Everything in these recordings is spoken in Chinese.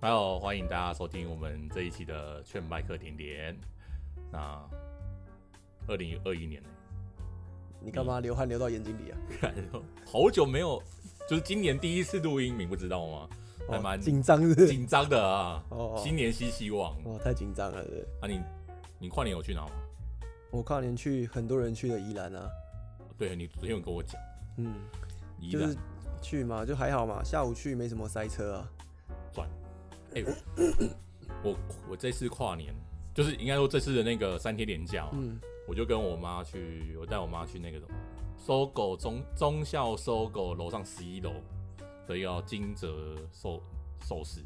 Hello，欢迎大家收听我们这一期的劝麦克点点。那二零二一年呢、你干嗯嘛流汗流到眼睛里啊？看 好久没有，就是今年第一次录音，你不知道吗？还哦蛮紧张是不是？紧张的啊哦，哦新年新希望哦，太紧张了。对啊！你你跨年有去哪吗？我跨年去很多人去的宜兰啊，对你昨天有跟我讲，嗯，宜就兰是去嘛，就还好嘛，下午去没什么塞车啊。转。哎、我我我这次跨年，就是应该说这次的那个三天连假、嗯，我就跟我妈去，我带我妈去那个什么搜狗中中校搜狗楼上十一楼的一个金泽寿寿司，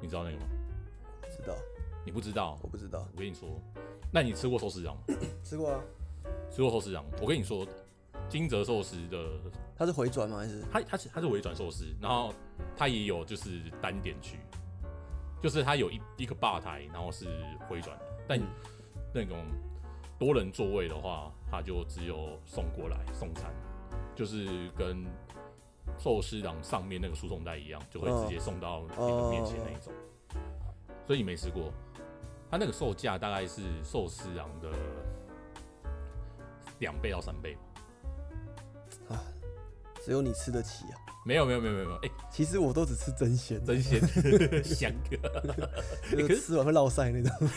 你知道那个吗？不知道，你不知道我？不知道，我跟你说，那你吃过寿司郎吗？吃过啊。吃过寿司郎？我跟你说，金泽寿司的它是回转吗？还是它它是它是微转寿司，然后它也有就是单点区，就是它有一一个吧台，然后是回转的，但嗯那种多人座位的话，它就只有送过来送餐，就是跟寿司郎上面那个输送带一样，就会哦直接送到你的面前那一种。所以你没吃过，它那个售价大概是寿司郎的两倍到三倍吧。只有你吃得起啊？没有没有没有没有，哎、其实我都只吃真鲜，真鲜 香哥。就可是吃完会落腮那种。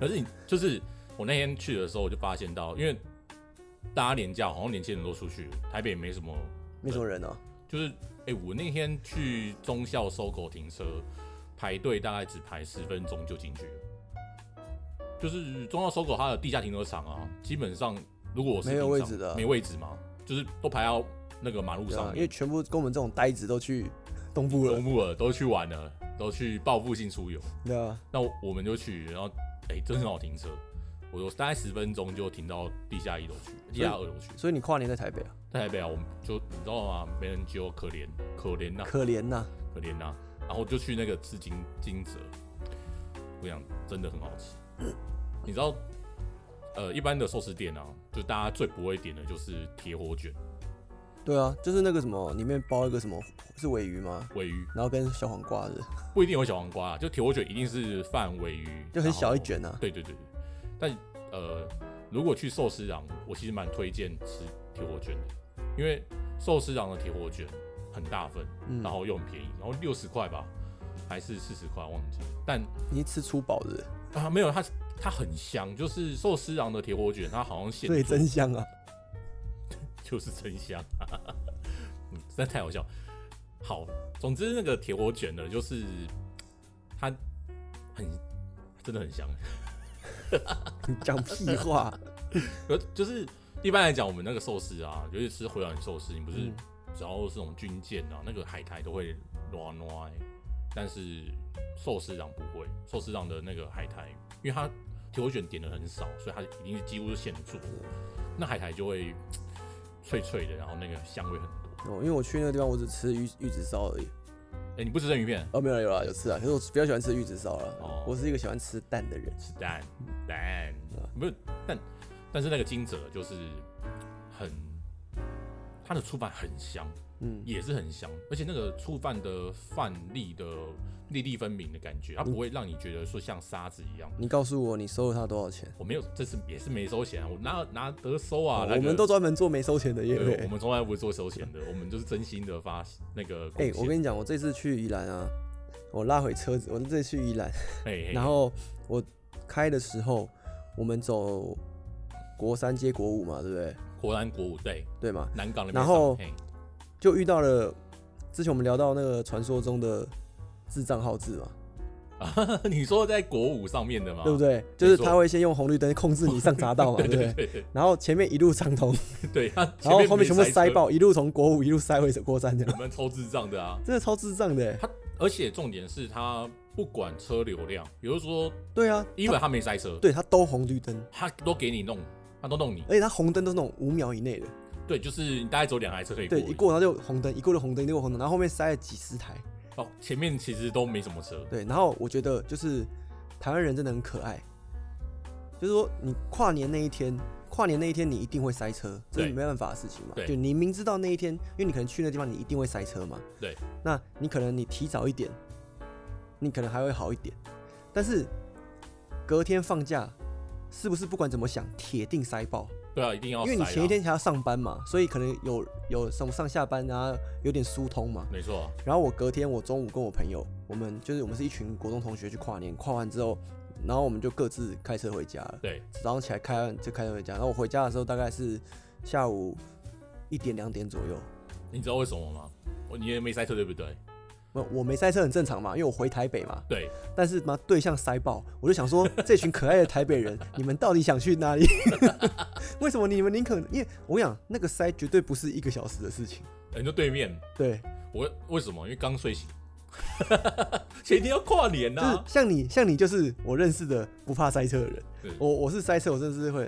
可是你就是我那天去的时候，我就发现到，因为大家年假好像年轻人都出去，台北也没什么，没什么人啊。就是哎、我那天去中校搜狗停车排队，大概只排十分钟就进去了。就是中校搜狗它的地下停车场啊，基本上如果我是没有平位常置的啊没位置嘛，就是都排到那个马路对上啊，面，因为全部跟我们这种呆子都去东部公了。布了都去玩了，都去报复性出游。对啊，那我们就去，然后哎、真很好停车，我就大概十分钟就停到地下一楼去，地下二楼去。所以你跨年在台北啊？在台北啊，我们就你知道吗？没人揪，可怜可怜呐、可怜呐、可怜呐、然后就去那个吃金金泽，我想真的很好吃。你知道，呃，一般的寿司店啊，就大家最不会点的就是铁火卷、对啊，就是那个什么，里面包一个什么是尾鱼吗？尾鱼，然后跟小黄瓜的，不一定有小黄瓜啊，就铁火卷一定是饭尾鱼，就很小然一后卷啊。对对对，但呃，如果去寿司郎，我其实蛮推荐吃铁火卷的，因为寿司郎的铁火卷很大份，嗯然后又很便宜，然后六十块吧，还是四十块忘记了，但你是吃粗饱的，啊没有它。它很香，就是寿司郎的铁火卷，它好像现所以做真香啊！ 就是真香， 嗯实在太好笑。好，总之那个铁火卷呢，就是它很真的很香，你讲屁 话，可就是一般来讲，我们那个寿司啊，尤其吃回转寿司，你不是嗯只要是那种军舰啊，那个海苔都会软软、欸，但是寿司郎不会，寿司郎的那个海苔，因为它铁火卷点的很少，所以它一定是几乎是现做，那海苔就会嘖脆脆的，然后那个香味很多。哦，因为我去那个地方，我只吃玉玉子烧而已。哎、你不吃生鱼片？哦，没有啦有啦，有吃啊，可是我比较喜欢吃玉子烧啦。哦我是一个喜欢吃蛋的人。吃蛋蛋，不是但但是那个金泽就是很，它的醋饭很香，嗯，也是很香，而且那个醋饭的饭粒的粒粒分明的感觉，它不会让你觉得说像沙子一样。你告诉我你收了他多少钱？嗯我没有，这次也是没收钱啊，我哪拿得收啊？哦那个我们都专门做没收钱的业对，配我。们从来不会做收钱的，我们就是真心的发那个贡哎、献。我跟你讲，我这次去宜兰啊，我拉回车子，我这次去宜兰，哎，然后我开的时候，我们走国三街国五嘛，对不对？国安国五对对嘛，南港那边上，然后嘿 就遇到了之前我们聊到那个传说中的智障号字嘛，你说在国五上面的吗？对不对？对？就是他会先用红绿灯控 制你上匝道嘛，对不对？对对然后 前面一路畅通，对，它然后面后面没全部塞塞车，爆，一路从国五一路塞回国三这样，我们超智障的啊！真的超智障的欸。它而且重点是它不管车流量，比如说，对啊，因为它没塞车，对他都红绿灯，它都给你弄，它都弄你。而且他红灯都是那种五秒以内的，对，就是你大概走两台车可以过对，而已。一过然后就红灯，一过就红灯，一过就红灯，然后后面塞了几十台，哦，前面其实都没什么车。对，然后我觉得就是台湾人真的很可爱，就是说你跨年那一天，跨年那一天你一定会塞车，这是对没办法的事情嘛。对就你明知道那一天，因为你可能去那地方你一定会塞车嘛。对。那你可能你提早一点，你可能还会好一点。但是隔天放假，是不是不管怎么想，铁定塞爆？对啊，一定要因塞为你啦。前一天还要上班嘛，所以可能有有什么上下班啊，有点疏通嘛。没错，啊然后我隔天我中午跟我朋友，我们就是我们是一群国中同学去跨年，跨完之后，然后我们就各自开车回家了。对，早上起来开完就开车回家，然后我回家的时候大概是下午一点两点左右。你知道为什么吗？我你也没塞车，对不对？我我没塞车很正常嘛，因为我回台北嘛。对，但是嘛，对象塞爆，我就想说，这群可爱的台北人，你们到底想去哪里？为什么你们宁可？因为我跟你讲那个塞绝对不是一个小时的事情。你就对面，对，我为什么？因为刚睡醒，前一天要跨年呐、就是像你，像你就是我认识的不怕塞车的人对。我我是塞车，我真的是会，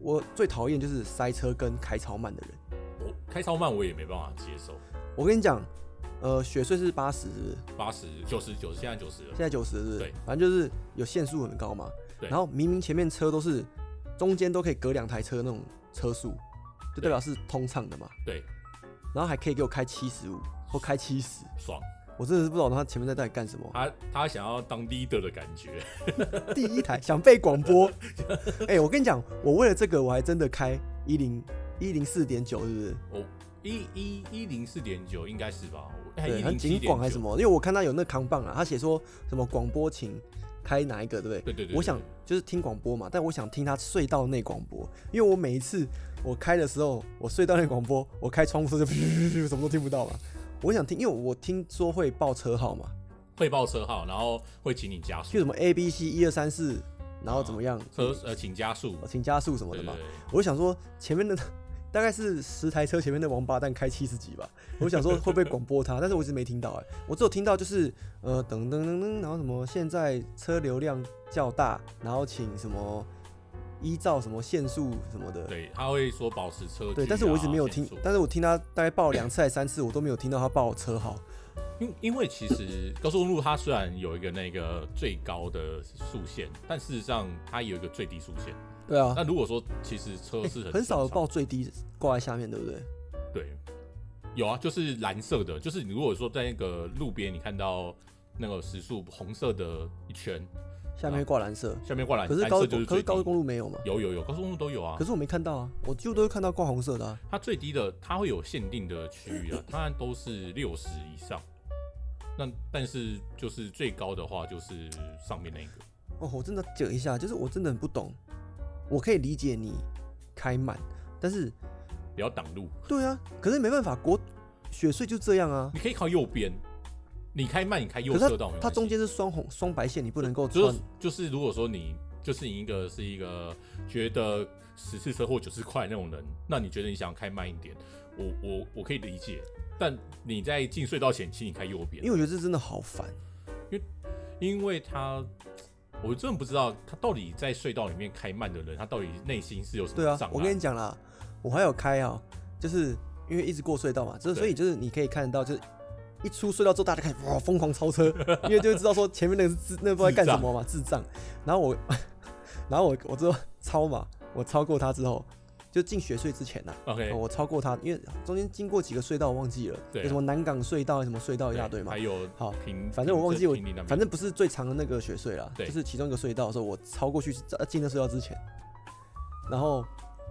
我最讨厌就是塞车跟开超慢的人。我开超慢我也没办法接受，我跟你讲，呃，雪穗是八十，八十、九十、九十，现在九十了现。在九十，是不是对，反正就是有限速很高嘛。对然后明明前面车都是中间都可以隔两台车那种车速，就代表是通畅的嘛。对，然后还可以给我开七十五或开七十，爽，我真的是不知道他前面在到底干什么。他他想要当 leader 的感觉，第一台想被广播。 哎、我跟你讲，我为了这个我还真的开一零一零四点九，是不是？我哦一一一零四点九应该是吧？我还对，一很零七景广还点是什九，么？因为我看他有那个扛棒啊，他写说什么广播请开哪一个，对不对？对对对对我想就是听广播嘛，但我想听他隧道内广播，因为我每一次我开的时候，我隧道内广播，我开窗户的时候就什么都听不到嘛。我想听，因为我听说会报车号嘛，会报车号，然后会请你加速，就什么 A B C 一二三四，然后怎么样，车呃请加速，请加速什么对的对嘛。对，我就想说前面的 大概是十台车前面的王八蛋开七十几吧，我就想说会不会广播他，但是我一直没听到哎、我只有听到就是呃噔噔噔噔，然后什么现在车流量较大，然后请什么依照什么限速什么的。对，他会说保持车距啊、对，但是我一直没有限听速，但是我听他大概报了两次还三次，我都没有听到他报车号。因因为其实高速公路它虽然有一个那个最高的速限，但事实上它也有一个最低速限。对啊，那如果说其实车是欸很很少有正常报最低挂在下面，对不对？对，有啊，就是蓝色的，就是你如果说在那个路边你看到那个时速红色的一圈，下面会挂蓝色，下面挂蓝，可是啊蓝高色速就是公可最是低高速公路没有嘛？有有有高速公路都有啊可，是我没看到啊，我几乎都会看到挂红色的啊。它最低的它会有限定的区域 啊，当然都是六十以上。那但是就是最高的话就是上面那个，哦，我真的讲一下，就是我真的很不懂。我可以理解你开慢，但是不要挡路。对啊，可是没办法，国雪隧就这样啊。你可以靠右边，你开慢，你开右可车是道没关它系它中间是双红双白线，你不能够就穿是。就是，如果说你就是你一个是一个觉得十次车祸九十块那种人，那你觉得你想开慢一点，我我我可以理解。但你在进隧道前，请你开右边因为，我觉得这真的好烦。因为他，我真的不知道他到底在隧道里面开慢的人，他到底内心是有什对么啊障，我跟碍你？讲啦，我还有开啊，就是因为一直过隧道嘛，就是所以就是你可以看得到，就是一出隧道之后，大家开始哇疯狂超车，因为就会知道说前面那个是智，那不知道在干什么嘛，智障。然后我， 然后我我之后超嘛，我超过他之后，就进雪隧之前呐、 OK，哦我超过他，因为中间经过几个隧道我忘记了，对啊有什么南港隧道，什么隧道一大堆嘛还。有好平，反正我忘记我平林那边反正不是最长的那个雪隧啦，对就是其中一个隧道的时候，我超过去呃进那隧道之前，然后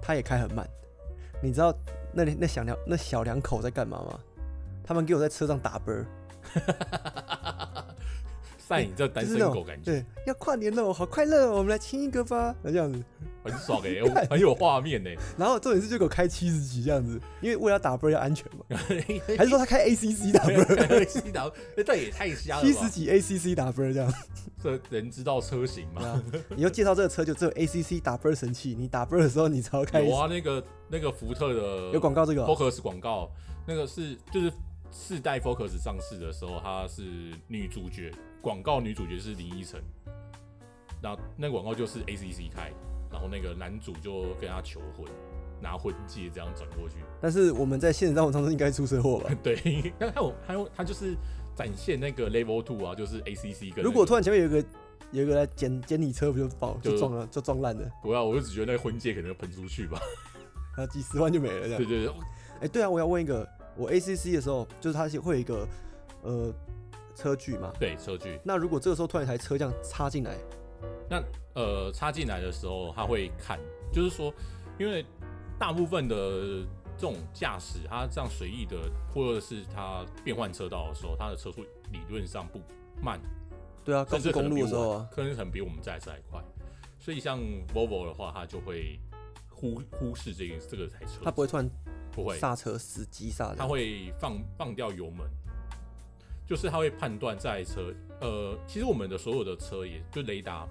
他也开很慢，你知道那里那小两那小两口在干嘛吗？他们给我在车上打啵儿，晒你这单就是身那狗种感觉对，要跨年了，好快乐哦，我们来亲一个吧，那这样子。很爽 哎、我很有画面哎、然后重点是就给我开七十级这样子，因为为了打啵儿要安全 嘛，欸，还是说他开 ACC 打啵 儿，西达，这也太瞎了吧！七十级 ACC 打啵儿这样。这人知道车型吗？ 你要介绍这个车就只有 ACC 打啵儿神器，你打啵儿的时候你才要开有啊，那啊个那个福特的有广告这个哦、 Focus 广告，那个是就是四代 Focus 上市的时候，她是女主角，广告女主角是林依晨，那那广告就是 ACC 开，然后那个男主就跟她求婚，拿婚戒这样转过去， 但是我们在现实生活当中应该出车祸吧？对，但还有还有他就是展现那个 Level Two 啊，就是 ACC 跟、如果突然前面有一个有一个来捡捡你车，不就爆就就撞了，就撞烂了，不要，我就只觉得那个婚戒可能喷出去吧，然后几十万就没了这样对。对对，哎、对啊，我要问一个，我 ACC 的时候，就是它是会有一个呃车距嘛。对车距，那如果这个时候突然一台车这样插进来，那呃插进来的时候他会看，就是说，因为大部分的这种驾驶，他这样随意的，或者是他变换车道的时候，他的车速理论上不慢，对啊，高甚速至可公能比路我的时候们啊，，甚至可能比我们这台车还快。所以像 Volvo 的话，它就会忽忽视这个这个台车，它不会突然不会刹车死急刹他的。会放放掉油门，就是他会判断这台车。呃，其实我们的所有的车也就雷达，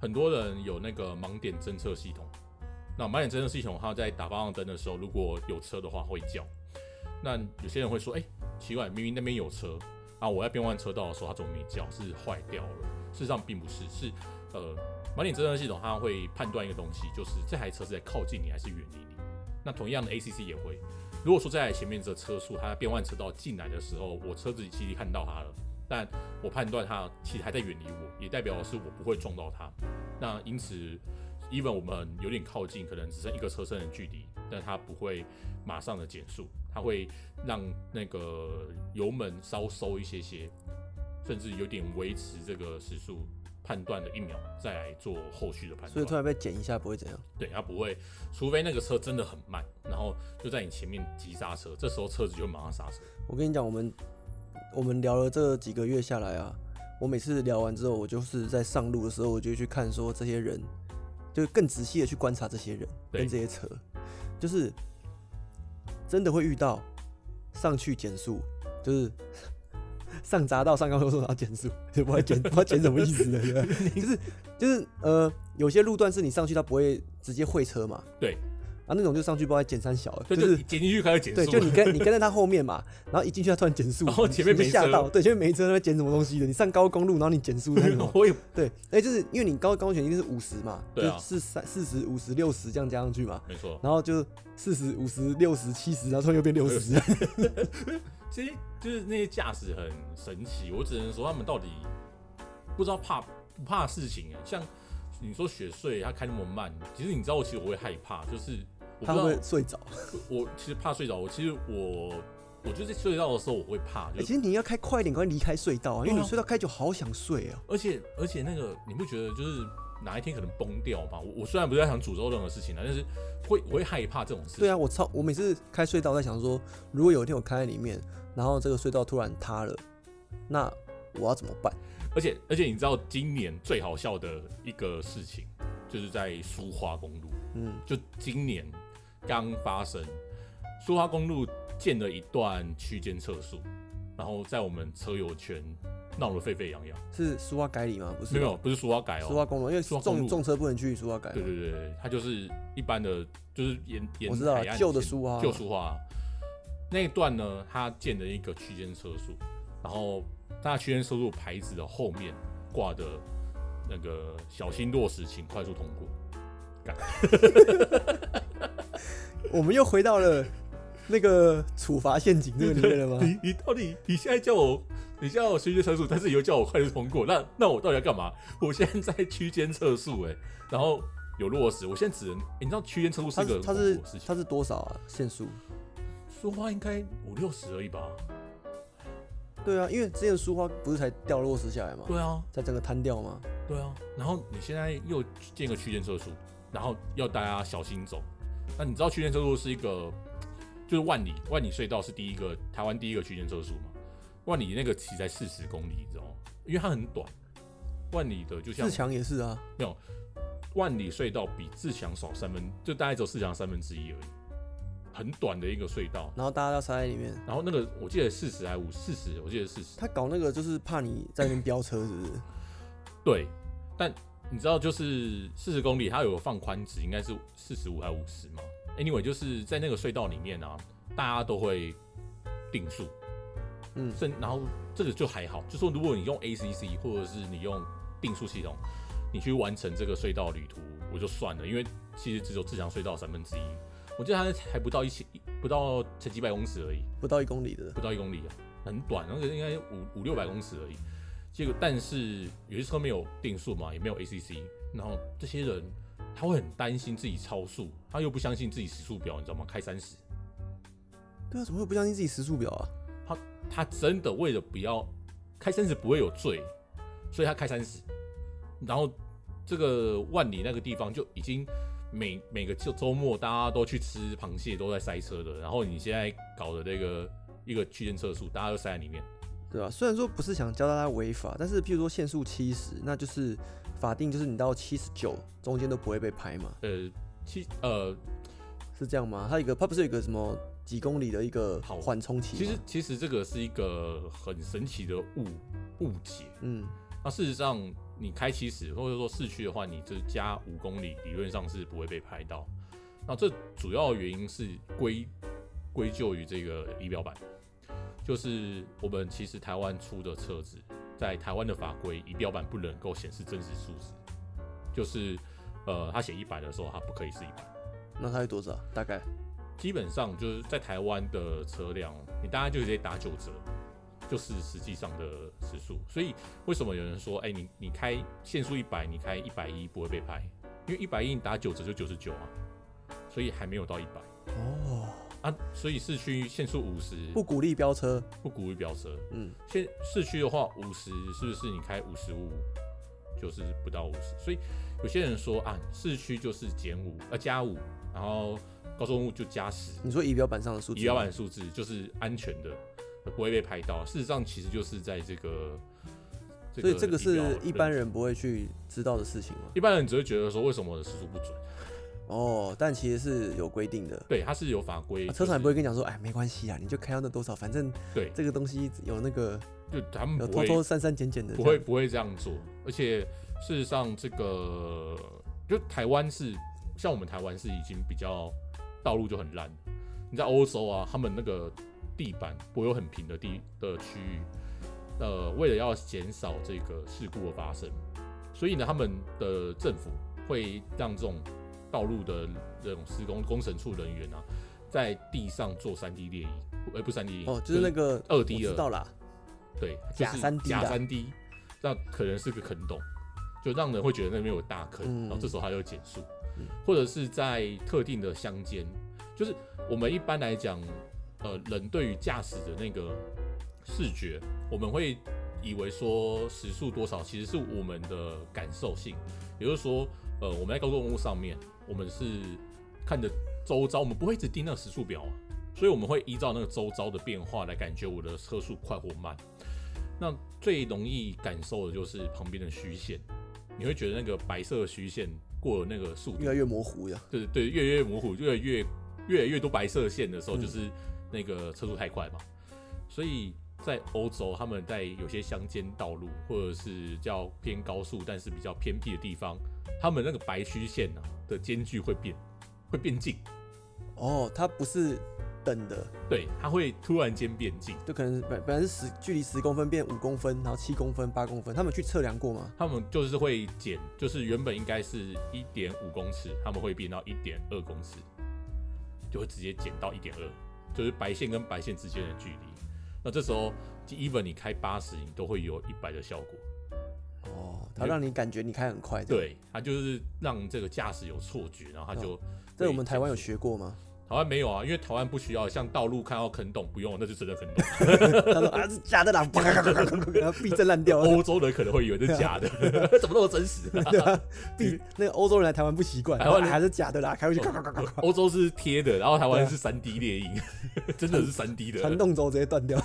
很多人有那个盲点侦测系统。那盲点侦测系统，它在打方向灯的时候，如果有车的话会叫。那有些人会说，哎、奇怪，明明那边有车啊，我在变换车道的时候，它怎么没叫？是坏掉了？事实上并不是，是呃，盲点侦测系统它会判断一个东西，就是这台车是在靠近你还是远离你。那同样的 ACC 也会，如果说在前面的车速，它在变换车道进来的时候，我车子其实看到它了，但我判断它其实还在远离我，也代表是我不会撞到它。那因此，even 我们有点靠近，可能只剩一个车身的距离，但它不会马上的减速，它会让那个油门稍收一些些，甚至有点维持这个时速判断的一秒，再来做后续的判断。所以突然被剪一下不会怎样。对，它不会，除非那个车真的很慢，然后就在你前面急刹车，这时候车子就马上刹车。我跟你讲，我们我们聊了这几个月下来啊，我每次聊完之后，我就是在上路的时候，我就会去看说这些人，就更仔细的去观察这些人对跟这些车，就是真的会遇到上去减速，就是上匝道上高速说要减速，就不知道减不知道减什么意思的，对吧就是就是呃，有些路段是你上去它不会直接会车嘛，对，啊那种就上去不知道在减三小了，所以就是就减进去开始减对，速，就你跟你跟在他后面嘛，然后一进去他突然减速，然后你前面你就没吓车，到，对，前面没车，那边减什么东西的？你上高公路，然后你减速那种 我也对，哎，就是因为你高高选一定是五十嘛，对啊就是三四十五十六十这样加上去嘛，没错。然后就四十五十六十七十，然后突然又变六十，其实就是那些驾驶很神奇，我只能说他们到底不知道怕不怕事情啊。像你说雪隧，他开那么慢，其实你知道，其实我会害怕，就是我不他知道会不会睡着？我其实怕睡着。我其实我我就在隧道的时候我会怕，哎就其实你要开快一点，赶快离开隧道啊，因为对啊你隧道开久好想睡啊。而且而且那个，你不觉得就是哪一天可能崩掉吗？我我虽然不是在想诅咒任何事情啊，但是会我会害怕这种事情。对啊，我超我每次开隧道在想说，如果有一天我开在里面，然后这个隧道突然塌了，那我要怎么办？而且而且你知道今年最好笑的一个事情，就是在苏花公路，嗯，就今年刚发生，苏花公路建了一段区间测速，然后在我们车友圈闹得沸沸扬扬。是苏花改里吗？不是没吧，有，不是苏花改哦，苏花公路，因为苏花公重路重车不能去苏花改嘛对。对对对，它就是一般的，就是沿沿我知道海岸旧的啊线苏花旧苏花那一段呢，它建了一个区间车速，然后它区间车速牌子的后面挂的那个小心落石，请快速通 过。我们又回到了那个处罚陷阱这个里 面了吗？你你到底你现在叫我，你叫我区间车速，但是又叫我快速通过，那那我到底要干嘛？我现在在区间测速哎、然后有落石，我现在只能、欸诶你知道区间车速是它一个是很它恐是怖的事情，它是多少啊？限速？苏花应该五六十而已吧？对啊，因为之前苏花不是才掉落石下来吗？对啊，才整个瘫掉吗？对啊，然后你现在又建个区间车速，然后要大家小心走。那你知道区间车速是一个，就是万里万里隧道是第一个台湾第一个区间车速嘛？万里那个其实才四十公里，你知道吗？因为它很短，万里的就像自强也是啊，万里隧道比自强少三分，就大概只有自强三分之一而已，很短的一个隧道。然后大家要塞在里面。然后那个我记得四十还五四十，我记得四十。他搞那个就是怕你在那边飙车，是不是？对，但你知道，就是四十公里，它有放宽值，应该是四十五还五十嘛。Anyway，就是在那个隧道里面啊，大家都会定速，嗯甚然后这个就还好，就说如果你用 ACC 或者是你用定速系统，你去完成这个隧道旅途，我就算了，因为其实只有自强隧道三分之一，我记得它还不到一千，不到才几百公尺而已。不到一公里的，不到一公里啊，很短，那个应该五五六百公尺而已。结果，但是有些车没有定速嘛，也没有 ACC，然后这些人他会很担心自己超速，他又不相信自己时速表，你知道吗？开三十，对啊，怎么会不相信自己时速表啊？他真的为了不要开三十不会有罪，所以他开三十，然后这个万里那个地方就已经每每个周周末大家都去吃螃蟹，都在塞车的，然后你现在搞的那个一个区间测速，大家都塞在里面，对吧、虽然说不是想教大家违法，但是譬如说限速七十，那就是法定就是你到七十九中间都不会被拍嘛，呃，其呃是这样吗？它有一个它不是有一个什么几公里的一个好缓冲期吗？其实其实这个是一个很神奇的误误解，嗯，那事实上，你开七十或者说市区的话，你就是加五公里，理论上是不会被拍到。那这主要原因是归归咎于这个仪表板，就是我们其实台湾出的车子，在台湾的法规，仪表板不能够显示真实数值，就是呃，它写一百的时候，它不可以是一百。那它有多少？大概嗯基本上就是在台湾的车辆，你大概就直接打九折，就是实际上的时速。所以为什么有人说，哎、你你开限速一百，你开一百一不会被拍？因为一百一你打九折就九十九啊，所以还没有到一百哦，啊。所以市区限速五十，不鼓励飙车，不鼓励飙车。嗯，现市区的话，五十是不是你开五十五就是不到五十？所以有些人说啊，市区就是减五，呃加五，然后高速公路就加十。你说仪表板上的数字吗，一万数字就是安全的，不会被拍到。事实上，其实就是在这个，所以这个地是标一般人不会去知道的事情嘛。一般人只会觉得说，为什么我的时速不准？哦，但其实是有规定的，对，它是有法规、啊车厂也不会会跟你讲说，哎，没关系啊，你就开到那多少，反正对，这个东西有那个就他们有不偷会偷删删减减的，不会，不会这样做。而且事实上，这个就台湾是像我们台湾是已经比较道路就很烂，你在欧洲啊，他们那个地板不会有很平的地的区域，呃，为了要减少这个事故的发生，所以呢，他们的政府会让这种道路的这种施工工程处人员啊，在地上做三 D 列印，呃，不是三 D 列印哦，就是那个二我 D 知的道啦，对，假就是三 D 假啦三 D，那可能是个坑洞，就让人会觉得那边有大坑，嗯然后这时候它就减速，嗯或者是在特定的乡间，就是我们一般来讲，呃，人对于驾驶的那个视觉，我们会以为说时速多少其实是我们的感受性，也就是说，呃，我们在高速公路上面，我们是看着周遭，我们不会一直盯那个时速表啊。所以我们会依照那个周遭的变化来感觉我的车速快或慢。那最容易感受的就是旁边的虚线，你会觉得那个白色的虚线过了那个速越度，来越模糊呀。就是对越来越模糊，越来越越来越多白色的线的时候，就是那个车速太快嘛。所以在欧洲，他们在有些乡间道路或者是叫偏高速，但是比较偏僻的地方，他们那个白虚线啊的间距会变，会变近，哦，它不是等的，对，它会突然间变近。就可能本本来是十距离十公分变五公分，然后七公分、八公分，他们有去测量过吗？他们就是会减，就是原本应该是一点五公尺，他们会变到一点二公尺，就会直接减到一点二，就是白线跟白线之间的距离。那这时候，even 你开八十，你都会有一百的效果。哦，它让你感觉你开很快。，对，它就是让这个驾驶有错觉，然后他就、嗯这我们台湾有，学过吗？台湾没有啊，因为台湾不需要像道路看到坑洞，不用，那就真的坑 洞。他说啊，是假的啦，然后避震烂掉，欧洲人可能会以为这是 假的，怎么那么真实、啊？对啊，避那个欧洲人来台湾不习惯，台湾人还是假的啦，开回去咔咔咔咔咔，欧洲是贴的，然后台啊湾是三 D 猎鹰， 真的是三 D 的。传动轴直接断掉，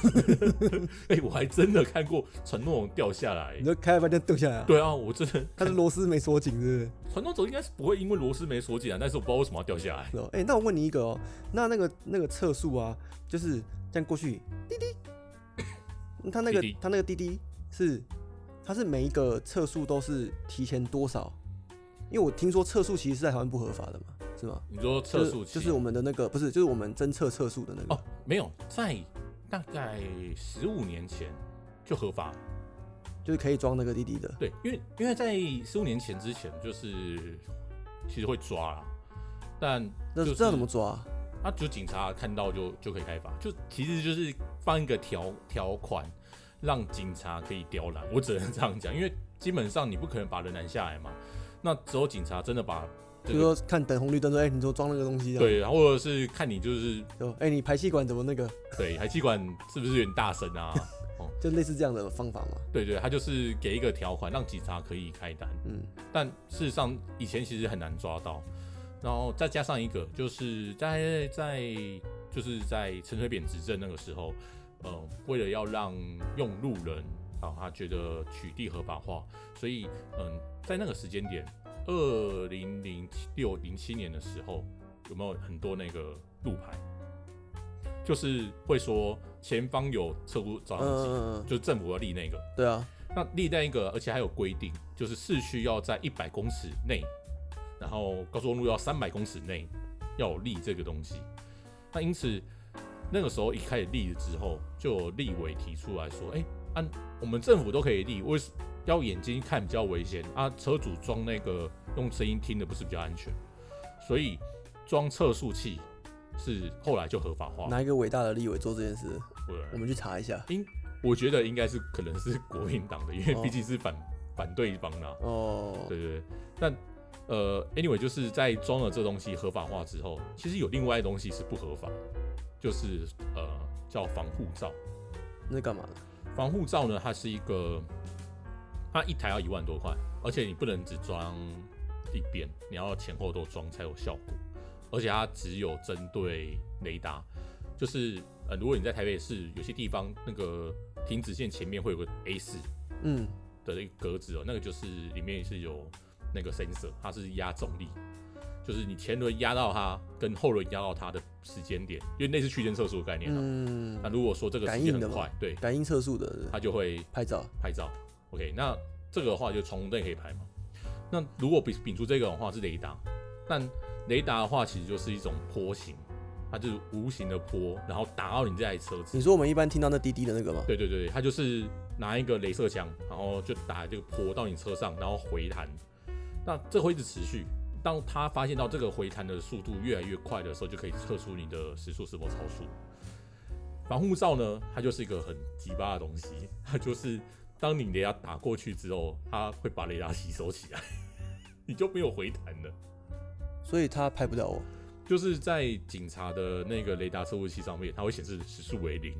哎、我还真的看过传动轴掉下来你。就开了半天掉下来啊。对啊，我真的它的螺丝没锁紧，是不是？传动轴应该是不会因为螺丝没锁紧啊，但是我不知道为什么要掉下来。是哦，哎、那我问你一个哦，那那个那个测速啊，就是这样过去，滴滴，它那个滴滴它那个滴滴是，它是每一个测速都是提前多少？因为我听说测速其实是在台湾不合法的嘛，是吗？你说就测是速器、就是我们的那个不是，就是我们侦测测速的那个。哦，没有，在大概十五年前就合法了。就是可以装那个滴滴的。对，因为因为在十五年前之前，就是其实会抓啦，但那就是这样怎么抓啊、啊，就警察看到就就可以开罚，就其实就是放一个条条款，让警察可以刁难。我只能这样讲，因为基本上你不可能把人拦下来嘛。那只有警察真的把这就个说看等红绿灯说，哎、你说装那个东西啊？，对，然后或者是看你就是就哎、你排气管怎么那个？对排气管是不是有点大声啊？哦，就类似这样的方法嘛。对对，他就是给一个条款，让警察可以开单。嗯，但事实上以前其实很难抓到，然后再加上一个就是在在就是在陈水扁执政那个时候，呃，为了要让用路人啊，他觉得取缔合法化，所以嗯，在那个时间点，二零零六零七年的时候，有没有很多那个路牌？就是会说前方有车库照嗯相机，嗯嗯，嗯就是政府要立那个，对啊，那历代一个，而且还有规定，就是市区要在一百公尺内，然后高速公路要三百公尺内要有立这个东西。那因此，那个时候一开始立了之后，就有立委提出来说：“哎、按、我们政府都可以立，为什要眼睛看比较危险啊？车主装那个用声音听的不是比较安全？啊所以装测速器是后来就合法化了。哪一个伟大的立委做这件事？我对，们去查一下。我觉得应该是可能是国民党的，因为哦毕竟是反、反对方啦、哦，对对对，但呃，anyway，就是在装了这东西合法化之后，其实有另外的东西是不合法的，就是呃叫防护罩。那干嘛的？防护罩呢，它是一个，它一台要一万多块，而且你不能只装一边，你要前后都装才有效果。而且它只有针对雷达，就是呃，如果你在台北市有些地方那个停止线前面会有个 A 四，嗯，的一个格子哦，那个就是里面是有那个 sensor，它是压重力，就是你前轮压到它跟后轮压到它的时间点，因为类似区间测速的概念、啊。嗯那，如果说这个时间很快，对，感应测速的它就会拍照，拍照。OK，那这个的话就从内可以拍嘛。那如果比摒除这个的话是雷达，但雷达的话其实就是一种坡形，它就是无形的坡，然后打到你这台车子你。说我们一般听到那滴滴的那个吗？对对对，他就是拿一个镭射枪，然后就打这个坡到你车上，然后回弹。那这会一直持续。当他发现到这个回弹的速度越来越快的时候，就可以测出你的时速是否超速。防护罩呢，它就是一个很鸡巴的东西，它就是当你雷达打过去之后，它会把雷达吸收起来， 你就没有回弹了。所以他拍不哦到我。就是在警察的那个雷达测速器上面，它会显示时速为零，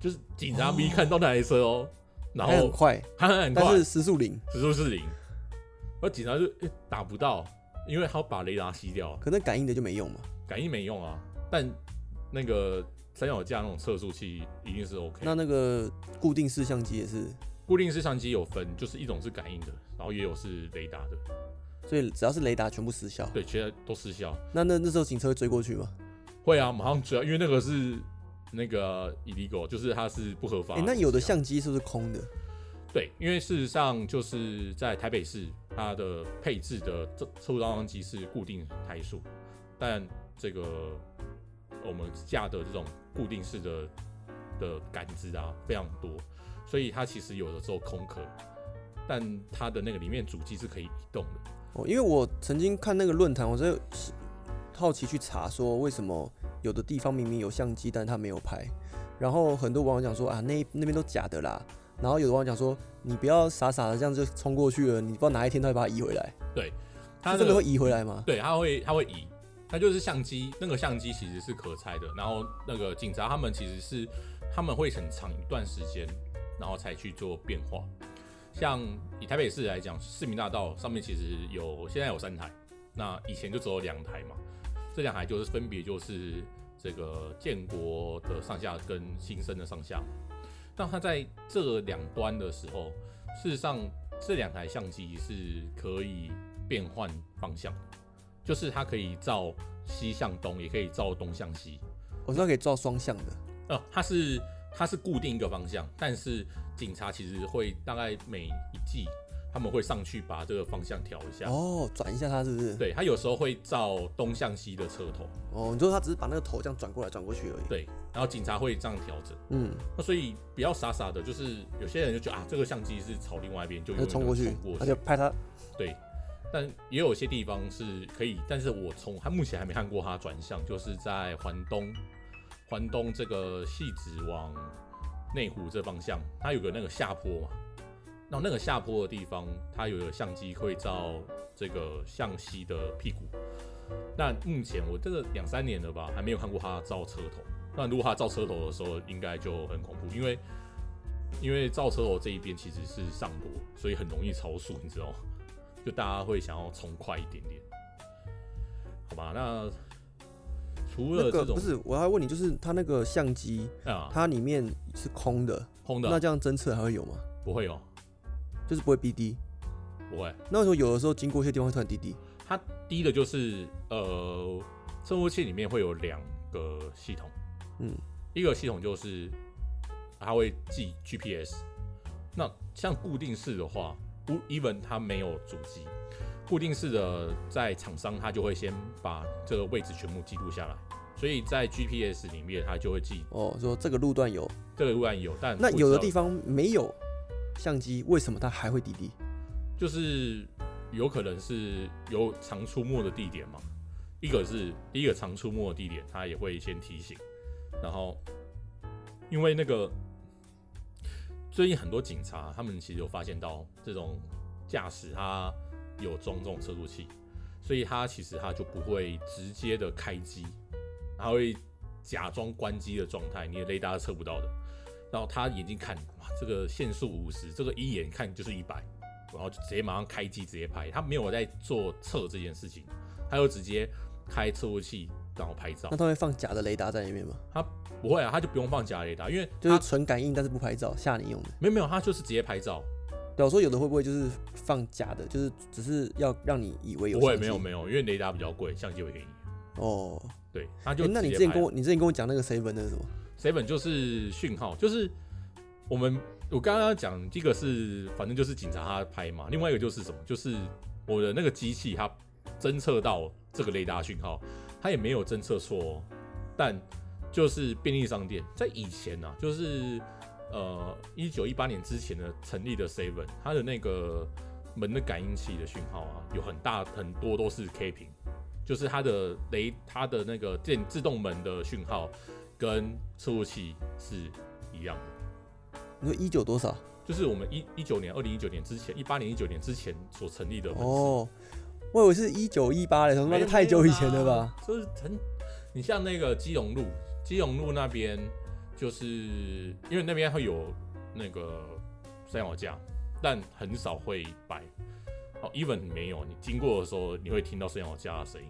就是警察没看到那台车哦，然还很后快，它很快，但是时速零。时速是零，而警察就、欸打不到，因为他把雷达吸掉，可那感应的就没用嘛？感应没用啊。但那个三脚架那种测速器一定是 OK。那那个固定式相机也是，固定式相机有分，就是一种是感应的，然后也有是雷达的，所以只要是雷达全部失效。对，全都失效。那那那时候警车会追过去吗？会啊，马上追啊，因为那个是那个 illegal，就是它是不合法哎、的东西啊。那有的相机是不是空的？对，因为事实上就是在台北市，它的配置的这抽照相机是固定台数，但这个我们架的这种固定式的的杆子啊非常多，所以它其实有的时候空壳，但它的那个里面主机是可以移动的。哦，因为我曾经看那个论坛，我是好奇去查说为什么有的地方明明有相机，但是他没有拍。然后很多网友讲说啊，那那边都假的啦。然后有的网友讲说，你不要傻傻的这样就冲过去了，你不知道哪一天他会把它移回来。它是这真的个会移回来吗？对，它会它会移，它就是相机那个相机其实是可拆的，然后那个警察他们其实是他们会很长一段时间，然后才去做变化。像以台北市来讲，市民大道上面其实有现在有三台，那以前就只有两台嘛。这两台就是分别就是这个建国的上下跟新生的上下。那它在这两端的时候，事实上这两台相机是可以变换方向的，就是它可以照西向东，也可以照东向西。我知道可以照双向的。呃，它是它是固定一个方向，但是警察其实会大概每一季他们会上去把这个方向调一下。哦，转一下它是不是？对，他有时候会照东向西的车头，哦，你说他只是把那个头这样转过来转过去而已。对，然后警察会这样调整。嗯，那所以不要傻傻的，就是有些人就觉得啊，这个相机是朝另外一边，就他就冲过去冲，过他就去。拍他。对，但也有些地方是可以，但是我从他目前还没看过他转向，就是在环东，环东这个细直往内湖这方向，它有个那个下坡嘛。然后那个下坡的地方，它有个相机会照这个向西的屁股。那目前我这个两三年了吧，还没有看过它照车头。那如果它照车头的时候，应该就很恐怖，因为因为造车头这一边其实是上坡，所以很容易超速，你知道吗？就大家会想要冲快一点点，好吧？那除了那这个种不是，我要问你，就是它那个相机，啊，它里面是空的，空那的这样侦测还会有吗？不会有，就是不会 BD。不会。那为什么有的时候经过一些地方会突然滴滴？它第一个就是呃，测速器里面会有两个系统，嗯，一个系统就是它会记 GPS，那像固定式的话，不 even 它没有主机，固定式的在厂商它就会先把这个位置全部记录下来，所以在 GPS 里面它就会记哦，说这个路段有，这个固然有，但那不有的知道地方没有相机，为什么它还会滴滴？就是有可能是有常出没的地点嘛。一个是第一个常出没的地点，它也会先提醒。然后，因为那个最近很多警察他们其实有发现到这种驾驶他有装这种测速器，所以他其实他就不会直接的开机，他会假装关机的状态，你的雷达是测不到的。然后他眼睛看，哇，这个限速五十，这个一眼看就是一百，然后就直接马上开机直接拍，他没有在做测这件事情，他就直接开测速器然后拍照那，它会放假的雷达在里面吗？他不会啊，他就不用放假雷达，因为就是他纯感应，但是不拍照，吓你用的。没有没有，他就是直接拍照，对，啊我说有的会不会就是放假的，就是只是要让你以为有不会相没有机没有，因为雷达比较贵，相机会便宜，哦。对，他就诶直接那拍了、你之前跟我，你之前跟我讲那个 seven 那是什么？ seven 就是讯号，就是我们我刚刚讲一个是反正就是警察他拍嘛，另外一个就是什么，就是我的那个机器它侦测到这个雷达讯号，它也没有侦测错、哦，但就是便利商店在以前啊，就是呃一九一八年之前的成立的 seven，它的那个门的感应器的讯号啊，有很大很多都是 K 屏。就是它的雷，它的那个电自动门的讯号跟测速器是一样的，你说一九多少？就是我们一一九年、二零一九年之前、一八年、一九年之前所成立的门市。哦，我以为是一九一八嘞，他妈没有这太久以前了吧？？没有啦就是很，你像那个基隆路，基隆路那边，就是因为那边会有那个三脚架，但很少会摆。哦，even 没有，你经过的时候你会听到三脚架的声音，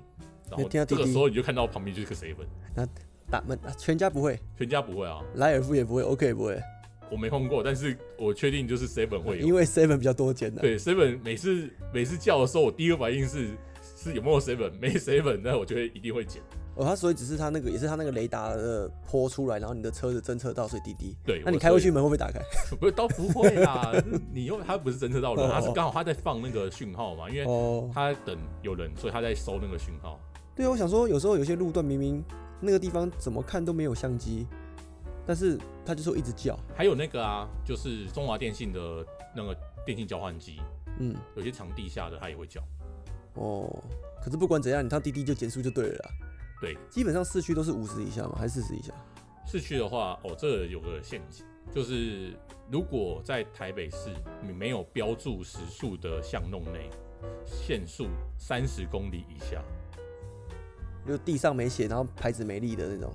然后会听到这滴个滴时候你就看到旁边就是个 seven，打门啊，全家不会，全家不会啊，莱尔夫也不会，OK 也不会，我没碰过，但是我确定就是 seven 会有，因为 seven 比较多间啊的。对 seven 每次每次叫的时候，我第一个反应是是有没有 seven，没 seven，那我就会一定会捡。哦，它所以只是它那个，也是它那个雷达的坡出来，然后你的车子侦测到，所以滴滴。对，那你我开过所以去门会不会打开？ 不是都不会啦，你又他不是侦测到人，哦他是刚好他在放那个讯号嘛，因为 哦，他等有人，所以他在收那个讯号。对啊，我想说，有时候有些路段明明那个地方怎么看都没有相机，但是它就是会一直叫。还有那个啊，就是中华电信的那个电信交换机，嗯，有些藏地下的它也会叫。哦，可是不管怎样，你趟滴滴就减速就对了啦。对，基本上市区都是五十以下嘛，还是四十以下？市区的话，哦，这有个陷阱，就是如果在台北市你没有标注时速的巷弄内，限速三十公里以下，就地上没写，然后牌子没立的那种。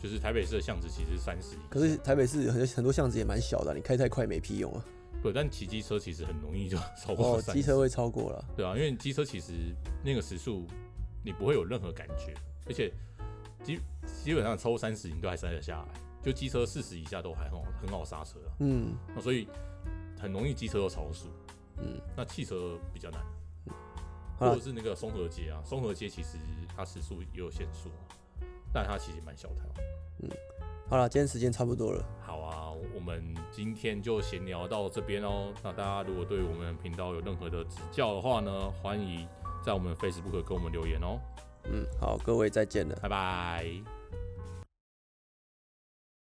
就是台北市的巷子其实三十，可是台北市很很多巷子也蛮小的啊、你开太快没屁用啊。对，但骑机车其实很容易就 超过哦，三机车会超过了。对啊，因为机车其实那个时速你不会有任何感觉，而且基基本上超过三十你都还刹得下来，就机车四十以下都还很好很好刹车啊，嗯，那所以很容易机车都超速。嗯，那汽车比较难，或好了者，是那个松河街啊，松河街其实它时速也有限速啊，但它其实蛮小台哦。好了，今天时间差不多了。好啊，我们今天就闲聊到这边哦。那大家如果对我们频道有任何的指教的话呢，欢迎在我们 Facebook 跟我们留言哦。嗯，好，各位再见了。拜拜。